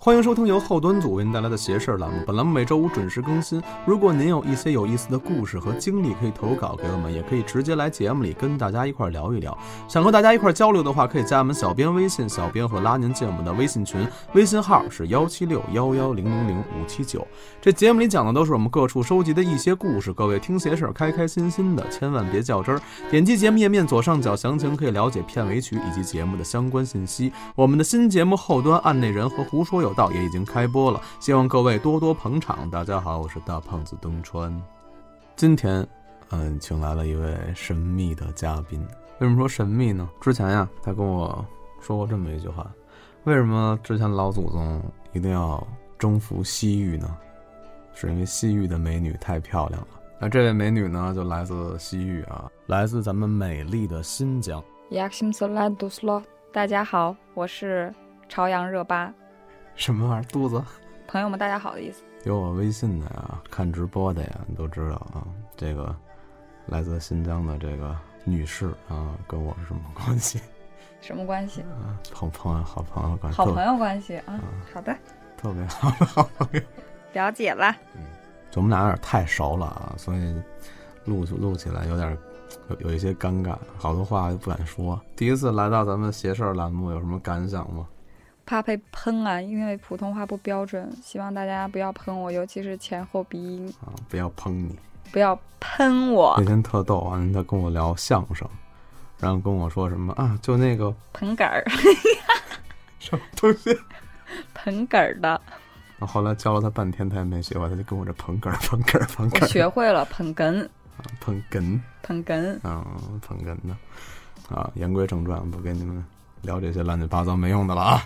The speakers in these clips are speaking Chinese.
欢迎收听由后端组为您带来的“邪事儿”栏目，本栏目每周五准时更新。如果您有一些有意思的故事和经历，可以投稿给我们，也可以直接来节目里跟大家一块儿聊一聊。想和大家一块儿交流的话，可以加我们小编微信，小编会拉您进我们的微信群，微信号是幺七六幺幺零零零五七九。这节目里讲的都是我们各处收集的一些故事，各位听邪事儿开开心心的，千万别较真儿。点击节目页面左上角详情，可以了解片尾曲以及节目的相关信息。我们的新节目后端案内人和胡说有道也已经开播了，希望各位多多捧场。大家好，我是大胖子东川。今天，嗯，请来了一位神秘的嘉宾。为什么说神秘呢？之前呀，他跟我说过这么一句话：为什么之前老祖宗一定要征服西域呢？是因为西域的美女太漂亮了。那这位美女呢，就来自西域啊，来自咱们美丽的新疆。 Yaksim s o l a d u s l o 大家好，我是朝阳热巴，什么玩意儿？肚子？朋友们大家好的意思。有我微信的呀，看直播的呀，你都知道啊。这个来自新疆的这个女士啊，跟我是什么关系？ 什么关系？啊，朋朋友，好朋友关系，好特朋友关系啊。好的，特别好的好朋友。了解了。就我们俩有点太熟了啊，所以录录起来有点有有一些尴尬，好多话不敢说。第一次来到咱们邪事儿栏目，有什么感想吗？怕被喷啊，因为普通话不标准，希望大家不要喷我，尤其是前后鼻音，啊，不要喷你。不要喷我那，天特逗啊，他跟我聊相声，然后跟我说什么啊，就那个捧哏儿， 什么东西。捧哏儿的，然后后来教了他半天，他也没学会，他就跟我这捧哏儿、捧哏儿、捧哏我儿、学会了捧哏，捧哏，捧哏。嗯，捧哏的。啊，言归正传，不跟你们聊这些乱七八糟没用的了啊。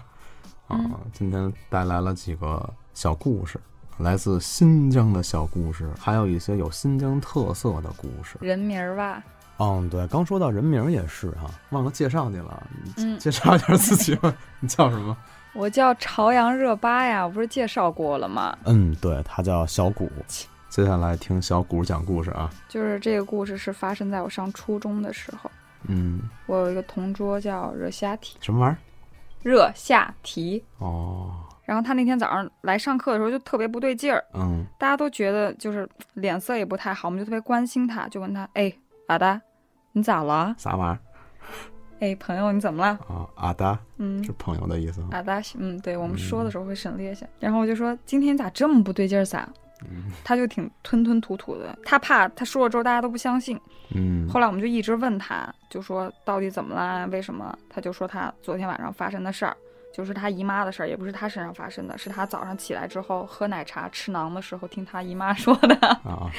啊，嗯今天带来了几个小故事，来自新疆的小故事，还有一些有新疆特色的故事。人名儿吧，嗯，对，刚说到人名儿也是哈、忘了介绍你了，嗯，介绍一下自己吧，你叫什么？我叫朝阳热巴呀，我不是介绍过了吗？ 嗯，对，他叫小谷。接下来听小谷讲故事啊。就是这个故事是发生在我上初中的时候，嗯，我有一个同桌叫热夏提，什么玩意儿？热夏提。哦，然后他那天早上来上课的时候就特别不对劲儿，嗯，大家都觉得就是脸色也不太好，我们就特别关心他，就问他：“哎，阿达，你咋了？啥玩意儿哎，朋友，你怎么了啊？阿达？”嗯是，朋友的意思啊吗？阿达，嗯，对我们说的时候会省略一下。然后我就说：“今天你咋这么不对劲儿咋？”他就挺吞吞吐吐的，他怕他说了之后大家都不相信。嗯，后来我们就一直问他，就说到底怎么啦？为什么？他就说他昨天晚上发生的事儿，就是他姨妈的事儿，也不是他身上发生的，是他早上起来之后喝奶茶吃馕的时候听他姨妈说的，啊，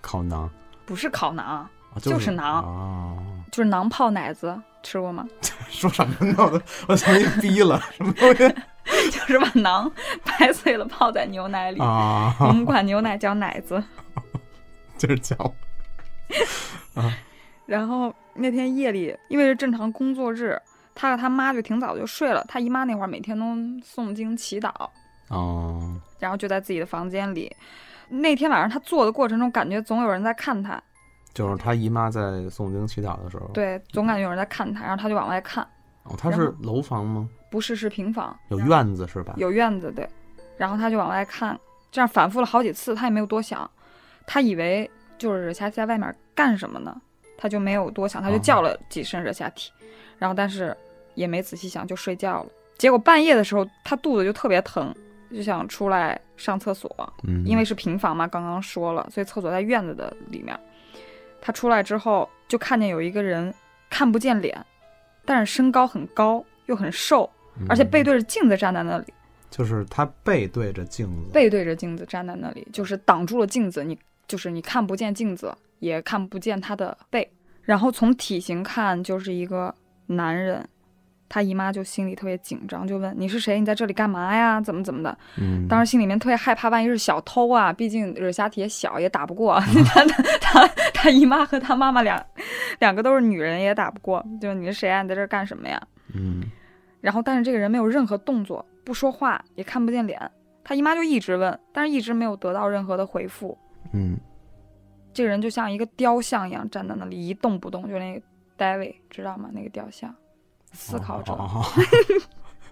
烤馕，啊不是烤馕，就就是馕啊。就是馕泡奶子，吃过吗？ 说什么呢？我都我重新逼了，什么东西就是把馕 掰碎了泡在牛奶里，啊？我们管牛奶叫奶子。就是叫然后那天夜里，因为是正常工作日，他和他妈就挺早就睡了，他姨妈那会儿每天都诵经祈祷。哦，然后就在自己的房间里。那天晚上他做的过程中，感觉总有人在看他，就是他姨妈在诵经祈祷的时候，，对，总感觉有人在看他，然后他就往外看，哦，他然是后楼房吗？不是是平房，有院子是吧？有院子，对，然后他就往外看，这样反复了好几次，他也没有多想，他以为就是惹夏提在外面干什么呢，他就没有多想，他就哦叫了几声惹夏提，然后但是也没仔细想就睡觉了。结果半夜的时候，他肚子就特别疼，就想出来上厕所，嗯，因为是平房嘛，刚刚说了，所以厕所在院子的里面。他出来之后就看见有一个人看不见脸，但是身高很高又很瘦，嗯而且背对着镜子站在那里，就是他背对着镜子，背对着镜子站在那里，就是挡住了镜子，你就是你看不见镜子，也看不见他的背。然后从体型看就是一个男人，他姨妈就心里特别紧张，就问你是谁？你在这里干嘛呀？怎么怎么的？嗯，当时心里面特别害怕，万一是小偷啊，毕竟惹夏铁小也打不过， 他他他姨妈和他妈妈两两个都是女人，也打不过。就是你是谁啊？你在这儿干什么呀？嗯然后但是这个人没有任何动作，不说话，也看不见脸。他姨妈就一直问，但是一直没有得到任何的回复。嗯这个人就像一个雕像一样站在那里一动不动，就那个 David 知道吗？那个雕像，思考者。哦哦哦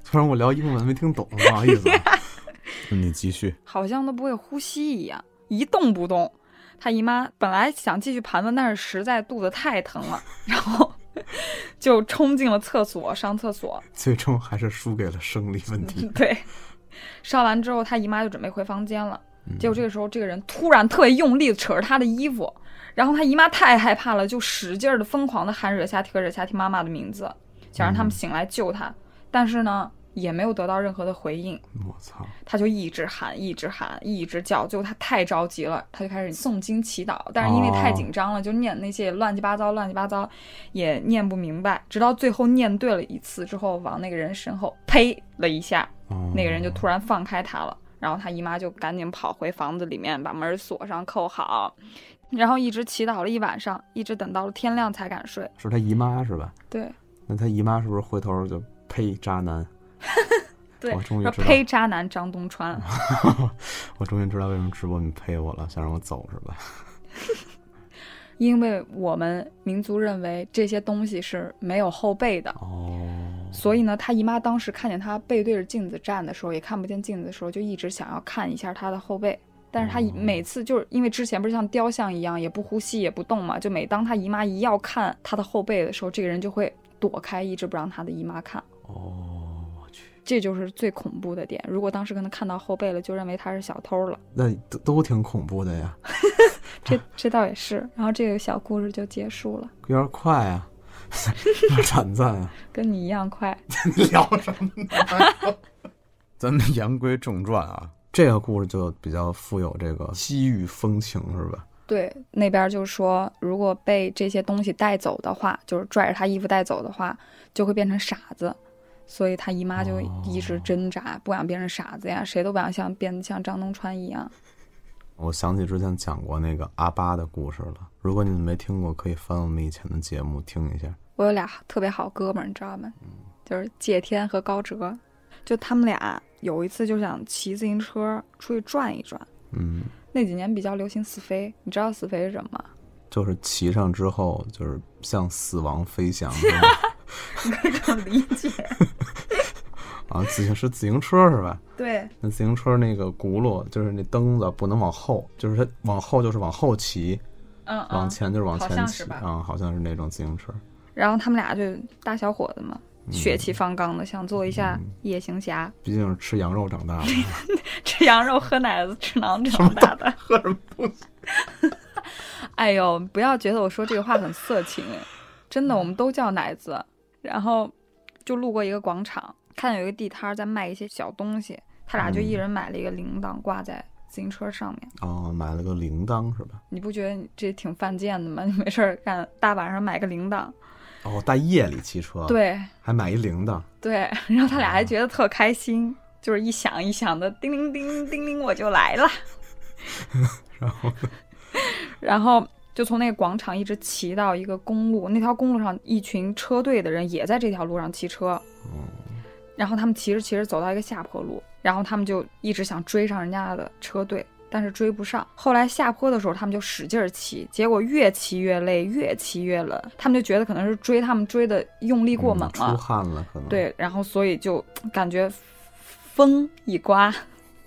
虽然我聊英文没听懂，不好意思啊。 你继续，好像都不会呼吸一样，一动不动。他姨妈本来想继续盘问，但是实在肚子太疼了， 然后就冲进了厕所上厕所。最终还是输给了生理问题。对，上完之后，他姨妈就准备回房间了。结果这个时候，这个人突然特别用力地扯着她的衣服，然后他姨妈太害怕了，就使劲的疯狂的喊惹夏提和惹夏提妈妈的名字，想让他们醒来救她。但是呢，也没有得到任何的回应。嗯我操！他就一直喊，一直喊，一直叫，最后他太着急了，他就开始诵经祈祷，但是因为哦太紧张了，就念那些乱七八糟、乱七八糟，也念不明白，直到最后念对了一次之后，往那个人身后呸了一下，哦那个人就突然放开他了，然后他姨妈就赶紧跑回房子里面，把门锁上扣好，然后一直祈祷了一晚上，一直等到了天亮才敢睡。是他姨妈是吧？对那他姨妈是不是回头就呸渣男？对我终于说知道，呸渣男张东川，我终于知道为什么直播你呸我了，想让我走是吧？因为我们民族认为这些东西是没有后背的，哦，所以呢，他姨妈当时看见他背对着镜子站的时候，也看不见镜子的时候，就一直想要看一下他的后背。但是他一哦每次就是因为之前不是像雕像一样也不呼吸也不动嘛，就每当他姨妈一要看他的后背的时候，这个人就会躲开，一直不让他的姨妈看。哦，我去，这就是最恐怖的点。如果当时可能看到后背了，就认为他是小偷了。那都都挺恐怖的呀，这这倒也是。然后这个小故事就结束了，有点快啊， 有点短暂啊，跟你一样快。聊什么？咱们言归正传啊，这个故事就比较富有这个西域风情是吧？对，那边就说，如果被这些东西带走的话，就是拽着他衣服带走的话，就会变成傻子。所以他姨妈就一直哦挣扎，不想变成傻子呀，谁都不想像变像张东川一样。我想起之前讲过那个阿巴的故事了，如果你们没听过，可以翻我们以前的节目听一下。我有俩特别好哥们儿，你知道吗？嗯就是借天和高哲，就他们俩有一次就想骑自行车出去转一转。嗯，那几年比较流行死飞，你知道死飞是什么吗？就是骑上之后，就是向死亡飞翔，是吧我理解。啊，自行是自行车是吧？对，那自行车那个轱辘就是那蹬子不能往后，就是它往后就是往后骑，嗯往前就是往好像前骑是吧啊、好像是那种自行车。然后他们俩就大小伙子嘛，嗯血气方刚的，想做一下夜行侠， 毕竟是吃羊肉长大的，吃羊肉、喝奶子、吃馕长大的。喝什么东西？ 哎呦，不要觉得我说这个话很色情，哎真的，我们都叫奶子。然后就路过一个广场，看见有一个地摊儿在卖一些小东西，他俩嗯就一人买了一个铃铛挂在自行车上面。哦，买了个铃铛是吧？你不觉得你这挺犯贱的吗？你没事儿干，大晚上买个铃铛，哦，大夜里骑车，，对还买一铃铛，对， 然后他俩啊还觉得特开心，就是一响一响的，叮铃叮铃叮铃，我就来了。 然后然后就从那个广场一直骑到一个公路，那条公路上一群车队的人也在这条路上骑车，嗯，然后他们骑着骑着走到一个下坡路，然后他们就一直想追上人家的车队。但是追不上，后来下坡的时候，他们就使劲儿骑，结果越骑越累，越骑越冷。他们就觉得可能是追他们追的用力过猛嗯了出，汗了可能。，对，然后所以就感觉风一刮，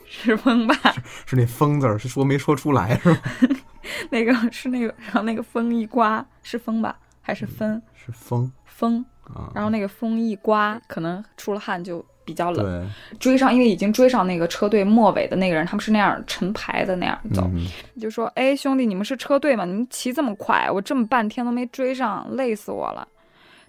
是风吧？ 是那风字儿，是说没说出来是吧？那个是那个，然后那个风一刮，是风吧？还嗯是分是风风？啊，然后那个风一刮，可能出了汗就比较冷。对，追上，因为已经追上那个车队末尾的那个人，他们是那样成排的那样走。嗯就说：“哎，兄弟，你们是车队吗？你们骑这么快，我这么半天都没追上，累死我了。”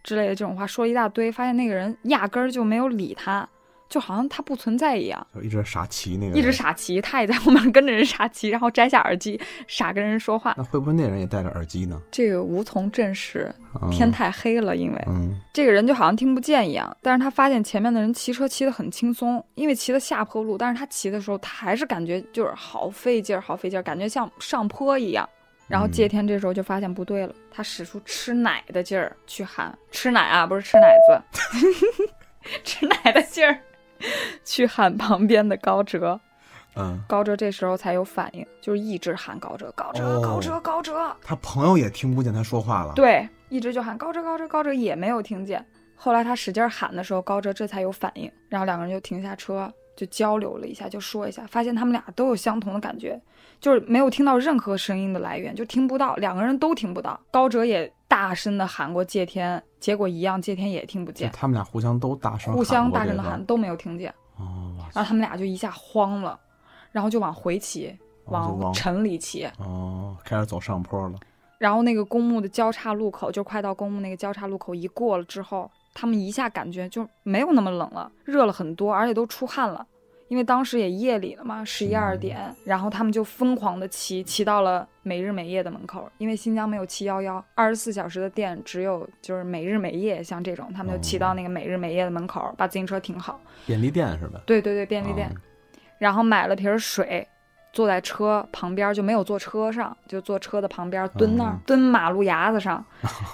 之类的这种话说了一大堆，发现那个人压根儿就没有理他，就好像他不存在一样。就一直傻骑那个，一直。傻骑，他也在后面跟着人傻骑，然后摘下耳机傻跟人说话。那会不会那人也戴着耳机呢？这个无从证实，嗯天太黑了，因为、嗯，这个人就好像听不见一样。但是他发现前面的人骑车骑得很轻松，因为骑的下坡路，但是他骑的时候，他还是感觉就是好费劲儿，好费劲儿，感觉像上坡一样。然后借天这时候就发现不对了，他使出吃奶的劲儿去喊“吃奶啊，不是吃奶子， 吃奶的劲儿”， 去喊旁边的高哲。嗯，高哲这时候才有反应，就是一直喊高哲，高哲，哦高哲，高哲，他朋友也听不见他说话了。对，一直就喊高哲，高哲，高哲，也没有听见。后来他使劲喊的时候，高哲这才有反应，然后两个人就停下车，就交流了一下，就说一下，发现他们俩都有相同的感觉，就是没有听到任何声音的来源，就听不到，两个人都听不到。高哲也大声的喊过借天，结果一样，借天也听不就见，他们俩互相都大声互相大声声的喊。都没有听见，哦，哇塞然后他们俩就一下慌了，然后就往回骑，哦就往往城里骑，哦，开始走上坡了。然后那个公墓的交叉路口，就快到公墓那个交叉路口一过了之后，他们一下感觉就没有那么冷了，热了很多，而且都出汗了，因为当时也夜里了嘛，十一二点，然后他们就疯狂的骑，骑到了每日每夜的门口，因为新疆没有七幺幺，二十四小时的店只有就是每日每夜，像这种，他们就骑到那个每日每夜的门口，把自行车停好，便利店是吧？嗯对对对，便利店，然后买了瓶水，坐在车旁边，就没有坐车上，就坐车的旁边蹲那儿、嗯蹲马路牙子 上，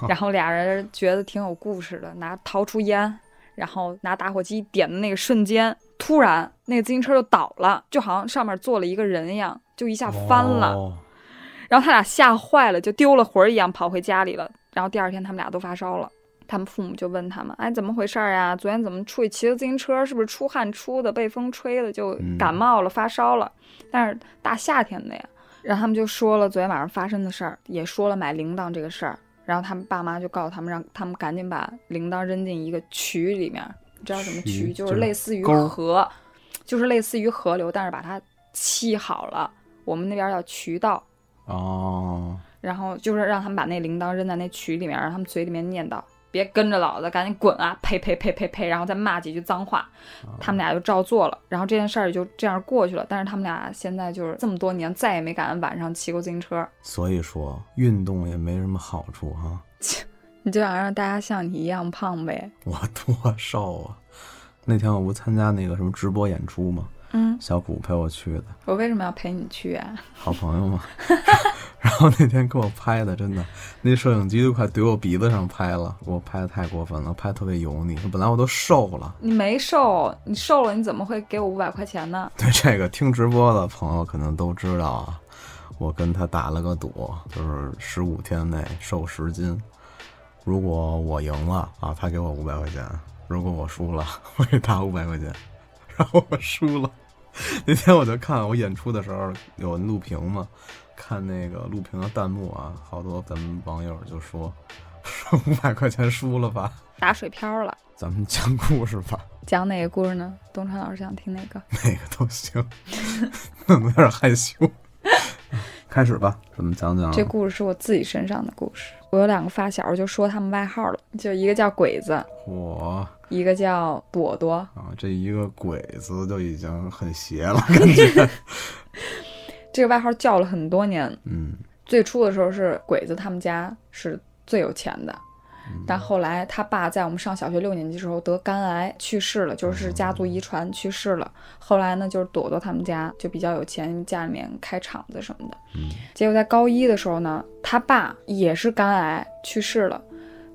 然后俩人觉得挺有故事的，拿掏出烟，然后拿打火机点的那个瞬间，突然那个自行车就倒了，就好像上面坐了一个人一样，就一下哦翻了，然后他俩吓坏了，就丢了魂儿一样跑回家里了。然后第二天他们俩都发烧了，他们父母就问他们：“哎，怎么回事儿呀？昨天怎么出去骑着自行车，是不是出汗出的，被风吹的就嗯感冒了，发烧了？但是大夏天的呀。”然后他们就说了昨天晚上发生的事儿，也说了买铃铛这个事儿。然后他们爸妈就告诉他们，让他们赶紧把铃铛扔进一个渠里面，你知道什么渠渠？就就是是类似于沟儿河，就是类似于河流，但是把它砌好了。我们那边儿叫渠道，哦，然后就是让他们把那铃铛扔在那渠里面，让他们嘴里面念叨：“别跟着老子，赶紧滚啊！”呸呸呸呸呸，然后再骂几句脏话。他们俩就照做了，然后这件事儿也就这样过去了。但是他们俩现在就是这么多年，再也没敢晚上骑过自行车。所以说运动也没什么好处啊哈、你就想让大家像你一样胖呗？我 多瘦啊！那天我不参加那个什么直播演出吗？嗯，小谷陪我去的，我为什么要陪你去啊？好朋友嘛。 然后那天给我拍的，真的，那摄影机都快怼我鼻子上拍了，给我拍的太过分了，拍得特别油腻。本来我都瘦了，你没瘦，你瘦了你怎么会给我五百块钱呢？ 对这个听直播的朋友可能都知道啊，我跟他打了个赌，就是十五天内瘦十斤。如果我赢了啊，他给我五百块钱；如果我输了，我给他五百块钱。然后我输了，那天我就看我演出的时候有录屏嘛，看那个录屏的弹幕啊，好多咱们网友就说：“五百块钱输了吧，打水漂了。咱们讲故事吧。”讲哪个故事呢？东川老师想听哪个？哪个都行， 弄得有点害羞。 开始吧，咱们讲讲这故事是我自己身上的故事。我有两个发小，就说他们外号了，就一个叫鬼子，我一个叫朵朵。啊，这一个鬼子就已经很邪 了，感觉。这个外号叫了很多年。嗯，最初的时候是鬼子他们家是最有钱的，但后来他爸在我们上小学六年级的时候得肝癌去世了，就是家族遗传去世了。后来呢，就是朵朵他们家就比较有钱，家里面开厂子什么的。嗯结果在高一的时候呢，他爸也是肝癌去世了。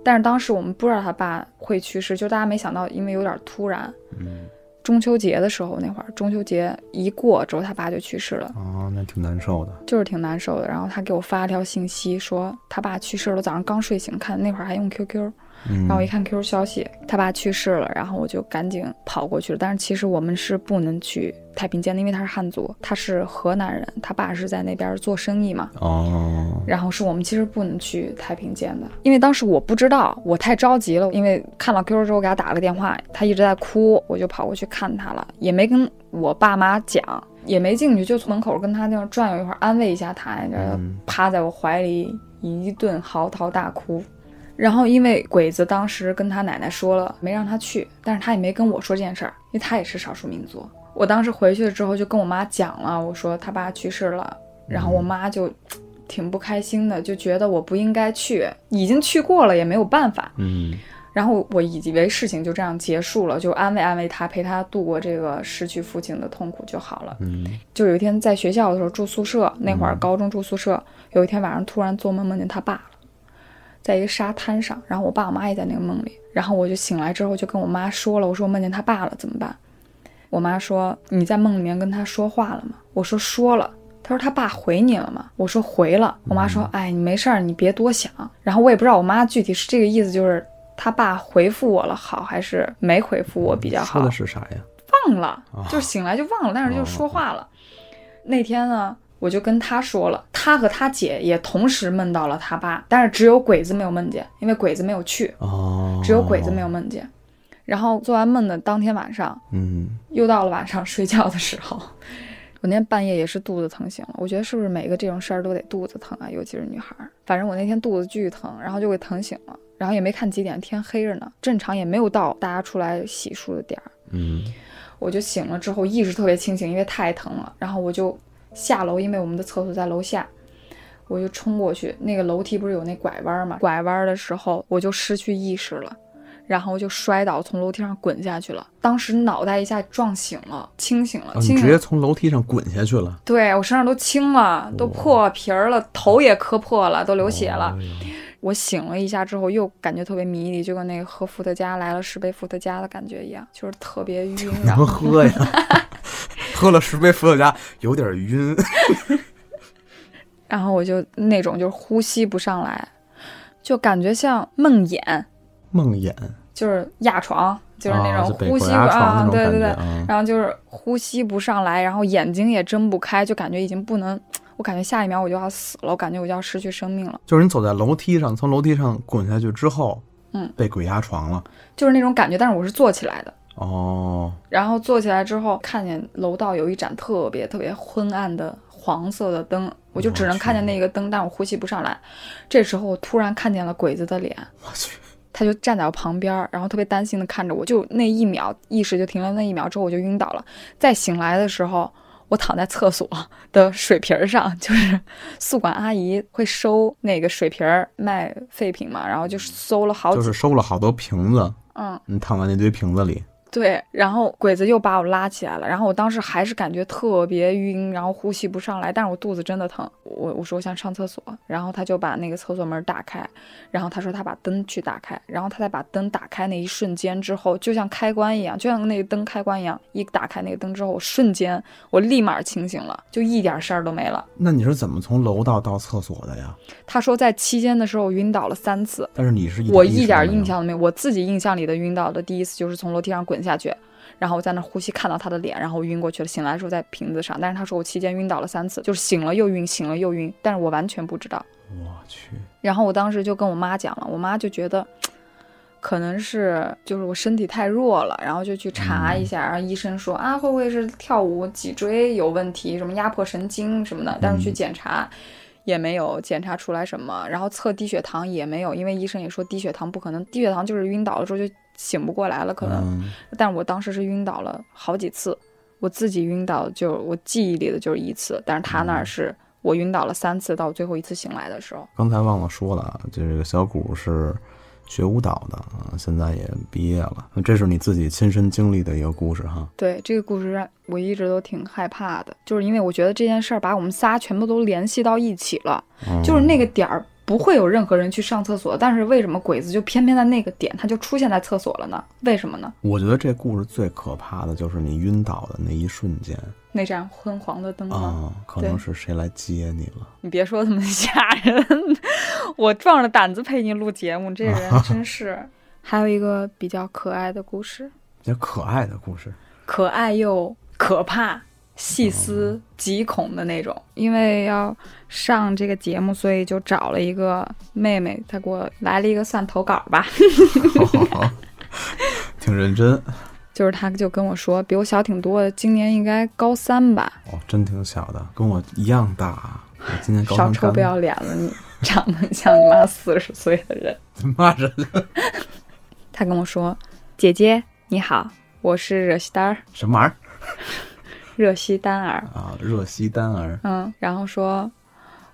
但是当时我们不知道他爸会去世，就大家没想到，因为有点突然。 嗯中秋节的时候那会儿，中秋节一过之后，他爸就去世了。哦，那挺难受的。就是挺难受的。然后他给我发了条信息说他爸去世了，我早上刚睡醒看那会儿还用 QQ，嗯，然后我一看 QQ 消息，他爸去世了，然后我就赶紧跑过去了。但是其实我们是不能去太平间的，因为他是汉族，他是河南人，他爸是在那边做生意嘛。哦，然后是我们其实不能去太平间的，因为当时我不知道，我太着急了，因为看到 QQ 之后给他打了个电话，他一直在哭，我就跑过去看他了，也没跟我爸妈讲，也没进去，就从门口跟他那儿转悠一会儿，安慰一下他，然后嗯趴在我怀里一顿嚎啕大哭。然后因为鬼子当时跟他奶奶说了，没让他去，但是他也没跟我说这件事儿，因为他也是少数民族。我当时回去了之后就跟我妈讲了，我说他爸去世了，然后我妈就挺不开心的，就觉得我不应该去，已经去过了也没有办法。嗯，然后我以为事情就这样结束了，就安慰安慰他，陪他度过这个失去父亲的痛苦就好了。嗯，就有一天在学校的时候住宿舍，那会儿高中住宿舍，有一天晚上突然做梦梦见他爸了，在一个沙滩上，然后我爸我妈也在那个梦里，然后我就醒来之后就跟我妈说了，我说我梦见他爸了怎么办？我妈说你在梦里面跟他说话了吗？我说说了。她说他爸回你了吗？我说回了。我妈说，哎，你没事儿，你别多想。然后我也不知道我妈具体是这个意思，就是他爸回复我了好，还是没回复我比较说好的？是啥呀？忘了啊，就是醒来就忘了，但是就说话了。那天呢，我就跟他说了，他和他姐也同时梦到了他爸，但是只有鬼子没有梦见，因为鬼子没有去，哦，只有鬼子没有。梦见。然后做完梦的当天晚上，嗯，又到了晚上睡觉的时候， 我那天半夜也是肚子疼醒了。我觉得是不是每个这种事儿都得肚子疼啊？尤其是女孩儿。反正我那天肚子巨疼，然后就给疼醒了，然后也没看几点，天黑着呢，正常也没有到大家出来洗漱的点儿。嗯，我就醒了之后意识特别清醒，因为太疼了。然后我就下楼，因为我们的厕所在楼下，我就冲过去。那个楼梯不是有那拐弯嘛？拐弯的时候我就失去意识了，然后就摔倒，从楼梯上滚下去了。当时脑袋一下撞醒了，清醒了，哦清你直醒接了。从楼梯上滚下去了，对我身上都青了，都破皮儿了，头也磕破了，都流血了。哎呦我醒了一下之后，又感觉特别迷离，就跟那个喝伏特加来了十杯伏特加的感觉一样，就是特别晕。啊然后能喝呀？ 喝了十杯伏特加，有点晕。然后我就那种就是呼吸不上来，就感觉像梦魇，梦魇就是压床，就是那啊种北呼吸国家不床那啊，种对感对觉对，啊。然后就是呼吸不上来，然后眼睛也睁不开，就感觉已经不能，我感觉下一秒我就要死了，我感觉我就要失去生命了，就是你走在楼梯上，从楼梯上滚下去之后，嗯，被鬼压床了。就是那种感觉。但是我是坐起来的，哦，然后坐起来之后，看见楼道有一盏特别特别昏暗的黄色的灯，我就只能看见那个灯，但我呼吸不上来。这时候我突然看见了鬼子的脸，我去，他就站在我旁边儿，然后特别担心的看着我，就那一秒意识就停了，那一秒之后我就晕倒了。再醒来的时候，我躺在厕所 的水瓶儿上，就是宿管阿姨会收那个水瓶儿卖废品嘛，然后就收了好几，就是收了好多瓶子，嗯，你躺在那堆瓶子里，对，然后鬼子又把我拉起来了，然后我当时还是感觉特别晕，然后呼吸不上来，但是我肚子真的疼，我我说我想上厕所，然后他就把那个厕所门打开，然后他说他把灯去打开，然后他再把灯打开那一瞬间之后，就像开关一样，就像那个灯开关一样，一打开那个灯之后，我瞬间我立马清醒了，就一点事儿都没了。那你是怎么从楼道到厕所的呀？他说在期间的时候我晕倒了三次，但是你是一我意一识点都儿没有印，象都没有，我自己印象里的晕倒的第一次就是从楼梯上滚下去，然后我在那儿呼吸，看到他的脸，然后我晕过去了。醒来的时候在瓶子上，但是他说我期间晕倒了三次，就是醒了又晕，醒了又晕，但是我完全不知道。我去，然后我当时就跟我妈讲了，我妈就觉得。可能是就是我身体太弱了，然后就去查一下，然后医生说啊会不会是跳舞脊椎有问题，什么压迫神经什么的，但是去检查也没有检查出来什么，然后测低血糖也没有，因为医生也说低血糖不可能，低血糖就是晕倒了之后就醒不过来了，可能。嗯，但我当时是晕倒了好几次，我自己晕倒就我记忆里的就是一次，但是他那儿是我晕倒了三次，到我最后一次醒来的时候。刚才忘了说了啊，这个小谷是学舞蹈的啊，现在也毕业了。这是你自己亲身经历的一个故事哈。对这个故事，让我一直都挺害怕的，就是因为我觉得这件事儿把我们仨全部都联系到一起了，嗯就是那个点儿不会有任何人去上厕所，但是为什么鬼子就偏偏在那个点，他就出现在厕所了呢？为什么呢？我觉得这故事最可怕的就是你晕倒的那一瞬间那盏昏黄的灯啊、吗？可能嗯对是谁来接你了。你别说这么吓人，我壮着胆子陪你录节目，这人真是。 还有一个比较可爱的故事，比较可爱的故事， 可爱又可怕，细嗯思极恐的那种。因为要上这个节目，所以就找了一个妹妹，她给我来了一个算投稿吧。 挺认真就是她就跟我说，比我小挺多的，今年应该高三吧，哦，真挺小的，跟我一样大啊。我今年高少三臭刚不 要脸了你， 长得像你妈四十岁的人。骂人了，她跟我说：“姐姐你好，我是热西丹儿，什么玩意儿热西丹儿。”啊？热西丹儿，嗯，然后说，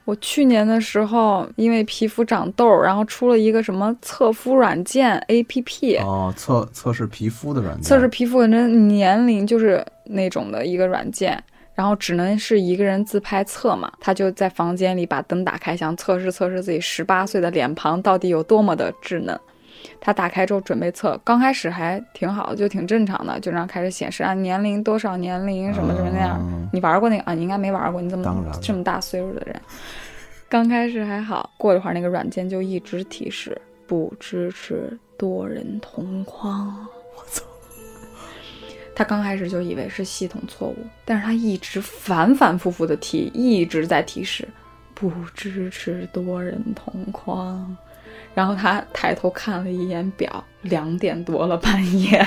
我去年的时候因为皮肤长痘儿，然后出了一个什么测肤软件 APP，、哦，测测试皮肤的软件，测试皮肤反正年龄就是那种的一个软件。然后只能是一个人自拍测嘛，他就在房间里把灯打开，想测试测试自己十八岁的脸庞到底有多么的稚嫩。他打开之后准备测，刚开始还挺好，就挺正常的，就让开始显示啊年龄多少年龄什么什么那样。嗯你玩过那个啊？你应该没玩过，你怎当然么了这么大岁数的人？刚开始还好，过了一会儿那个软件就一直提示不支持多人同框。我操！他刚开始就以为是系统错误，但是他一直反反复复的提，一直在提示不支持多人同框。然后他抬头看了一眼表，两点多了，半夜。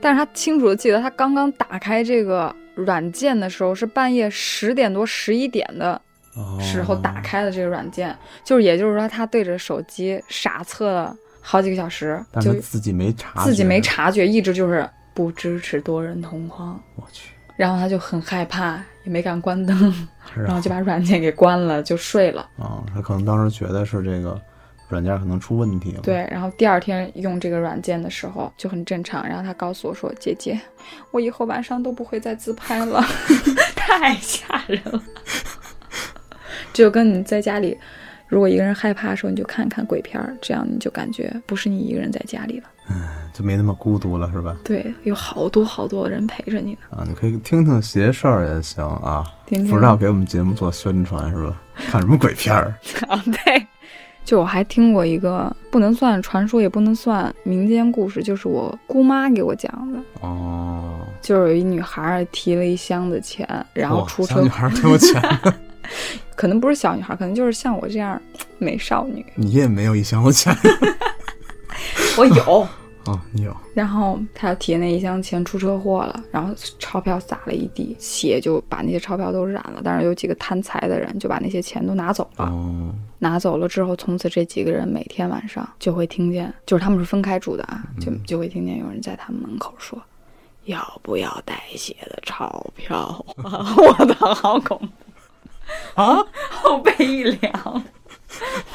但是他清楚的记得，他刚刚打开这个软件的时候是半夜十点多、十一点的哦时候打开的这个软件，就是也就是说，他对着手机傻测了好几个小时，但就是他自己没查，自己没。察觉，一直就是不支持多人同框，我去，然后他就很害怕，也没敢关灯，然 然后就把软件给关了，就睡了。啊，他可能当时觉得是这个软件可能出问题了。，对，然后第二天用这个软件的时候就很正常。然后他告诉我说：“姐姐，我以后晚上都不会再自拍 了，太吓人了。”就跟你在家里，如果一个人害怕的时候，你就看看鬼片儿，这样你就感觉不是你一个人在家里了。就没那么孤独了，是吧？对，有好多好多人陪着你呢。啊，你可以听听邪事儿也行啊，听不知道给我们节目做宣传是吧？ 看什么鬼片儿？啊，对。就我还听过一个不能算传说，也不能算民间故事，就是我姑妈给我讲的。哦，就是有一女孩儿提了一箱子钱，然后哇出小车女，孩儿挺有钱， 可能不是小女孩儿，可能就是像我这样美少女，你也没有一箱子钱 我有。 哦，你有 然后她要提那一箱钱出车祸了，然后钞票撒了一地，血就把那些钞票都染了。但是有几个贪财的人就把那些钱都拿走了。哦，拿走了之后，从此这几个人每天晚上就会听见，就是他们是分开住的啊，就就会听见有人在他们门口说：“要不要带血的钞票 啊？”我的好恐怖 啊！后背一凉，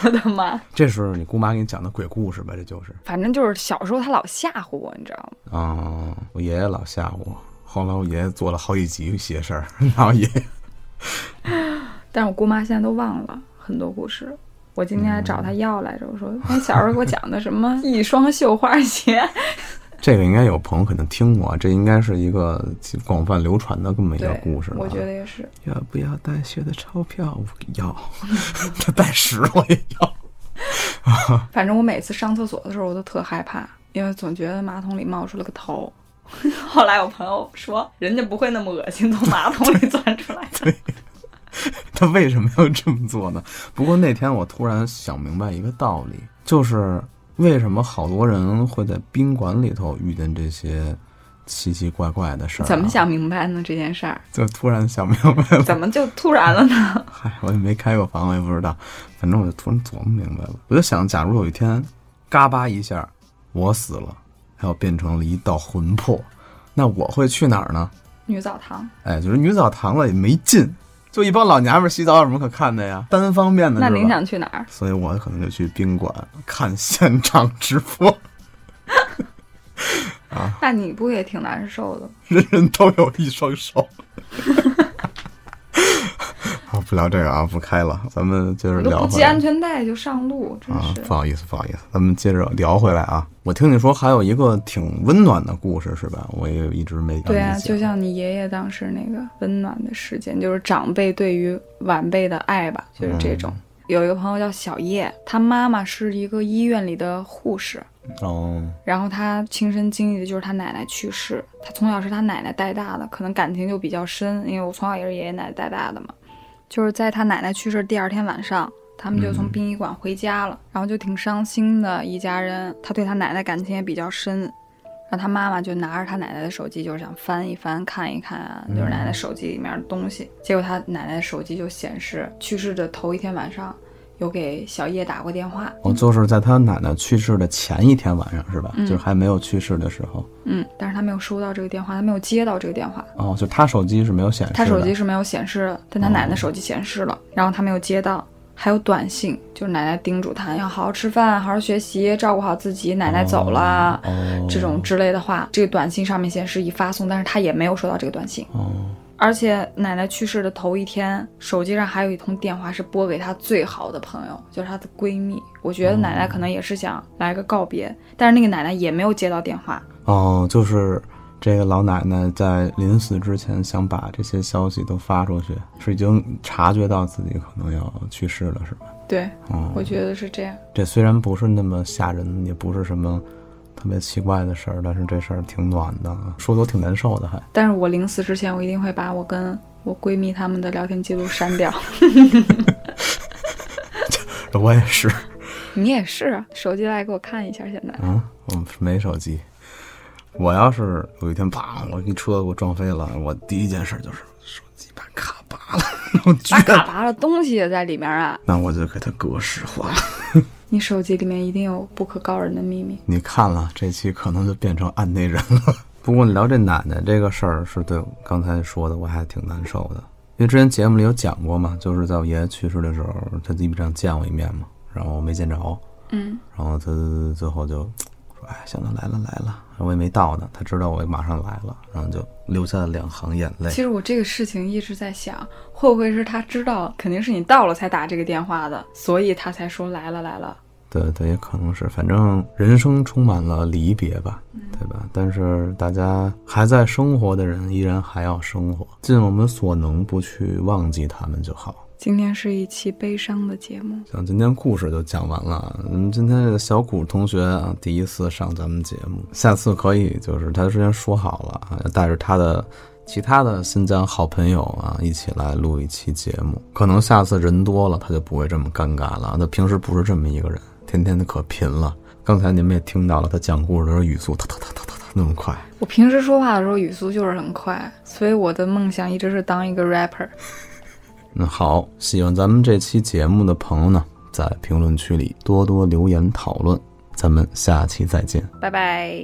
我的妈！这是你姑妈给你讲的鬼故事吧？这就是反正就是小时候他老吓唬我，你知道吗？哦，我爷爷老吓唬我，后来我爷爷做了好几集邪事儿， 然后爷爷但是我姑妈现在都忘了很多故事。我今天还找她要来着，我说：“哎，小时候给我讲的什么 一双绣花 鞋这个应该有朋友可能听过，这应该是一个广泛流传的这么？”一个对，故事吧。我觉得也是。要不要带血的钞票？我要， 他带十我也要。反正我每次上厕所的时候，我都特害怕，因为总觉得马桶里冒出了个头。 后来我朋友说，人家不会那么恶心，从马桶里钻出来的。他为什么要这么做呢？不过那天我突然想明白一个道理，就是为什么好多人会在宾馆里头遇见这些奇奇怪怪的事儿、啊 怎 么？想明白呢？这件事 儿就突然想明白了。 怎么就突然了呢？嗨，我也没开过房，我也不知道。反正我就突然琢磨明白了，我就想，假如有一天，嘎巴一下，我死了，还要变成了一道魂魄，那我会去哪儿呢？ 女澡堂，哎，就是女澡堂了也没劲，就一帮老娘们儿洗澡有什么可看的呀？单方面的，那是您吧？想去哪儿？所以我可能就去宾馆看现场直播，那你不也挺难受的？人人都有一双手。 好，不聊这个啊，不开了，咱们接着你都聊不回系来安。全带就上路，真啊是，不好意思，不好意思，咱们接着聊回来啊。我听你说还有一个挺温暖的故事是吧？我也一直没对让啊，你就讲像你爷爷当时那个温暖的事件，就是长辈对于晚辈的爱吧，就是嗯这种。有一个朋友叫小叶，她妈妈是一个医院里的护士，哦，然后她亲身经历的就是她奶奶去世，她从小是她奶奶带大的，可能感情就比较深，因为我从小也是爷爷奶奶带大的嘛。就是在她奶奶去世第二天晚上，他们就从殡仪馆回家了，然后就挺伤心的，一家人。她对她奶奶感情也比较深，然后她妈妈就拿着她奶奶的手机，就是想翻一翻、看一看啊，就是奶奶手机里面的东西。结果她奶奶手机就显示去世的头一天晚上有给小叶打过电话，我就是在他奶奶去世的前一天晚上是吧？就是还没有去世的时候，嗯，但是她没有收到这个电话，她没有接到这个电话。哦，就他手机是没有显示的，他手机是没有显示的，但他奶奶手机显示了，然后他没有接到。还有短信，就是奶奶叮嘱他要好好吃饭，好好学习，照顾好自己，奶奶走了啊、哦这种之类的话。这个短信上面显示已发送，但是他也没有收到这个短信。哦，而且奶奶去世的头一天，手机上还有一通电话是拨给她最好的朋友，就是她的闺蜜。我觉得奶奶可能也是想来个告别，但是那个奶奶也没有接到电话，哦，就是这个老奶奶在临死之前想把这些消息都发出去，是已经察觉到自己可能要去世了，是吧？对，哦、我觉得是这样。这虽然不是那么吓人，也不是什么特别奇怪的事儿，但是这事儿挺暖的，啊说的我挺难受的还。但是我临死之前，我一定会把我跟我闺蜜她们的聊天记录删掉。 我也是， 你也是啊，手机来给我看一下，现在嗯，我没手机。我要是有一天啪，我一车给我撞飞了，我第一件事就是手机把卡拔了，然后把卡撅， 拔了，东西也在里面啊。那我就给它格式化。你手机里面一定有不可告人的秘密。你看了这期，可能就变成案内人了。 不过聊这奶奶这个事儿，是对我刚才说的，我还挺难受的。因为之前节目里有讲过嘛，就是在我爷爷去世的时候，他基本上见我一面嘛，然后我没见着，嗯，然后他最后就说：“哎，想到来了来了。”我也没到呢，他知道我马上来了，然后就流下了两行眼 泪。其实我这个事情一直在想，会不会是他知道肯定是你到了才打这个电话的，所以他才说来了来了。对对，也可能是，反正人生充满了离别吧，对吧？但是大家还在生活的人，依然还要生活，尽我们所能不去忘记他们就好。今天是一期悲伤的节目，像今天故事就讲完了，嗯，今天这个小谷同学啊，第一次上咱们节目，下次可以就是他之前说好了啊，要带着他的其他的新疆好朋友啊，一起来录一期节目。可能下次人多了，他就不会这么尴尬了。他平时不是这么一个人，天天的可贫了。刚才你们也听到了，他讲故事的时候语速哒哒哒哒哒哒那么快。我平时说话的时候语速就是很快，所以我的梦想一直是当一个 rapper。那好，喜欢咱们这期节目的朋友呢，在评论区里多多留言讨论。咱们下期再见。拜拜。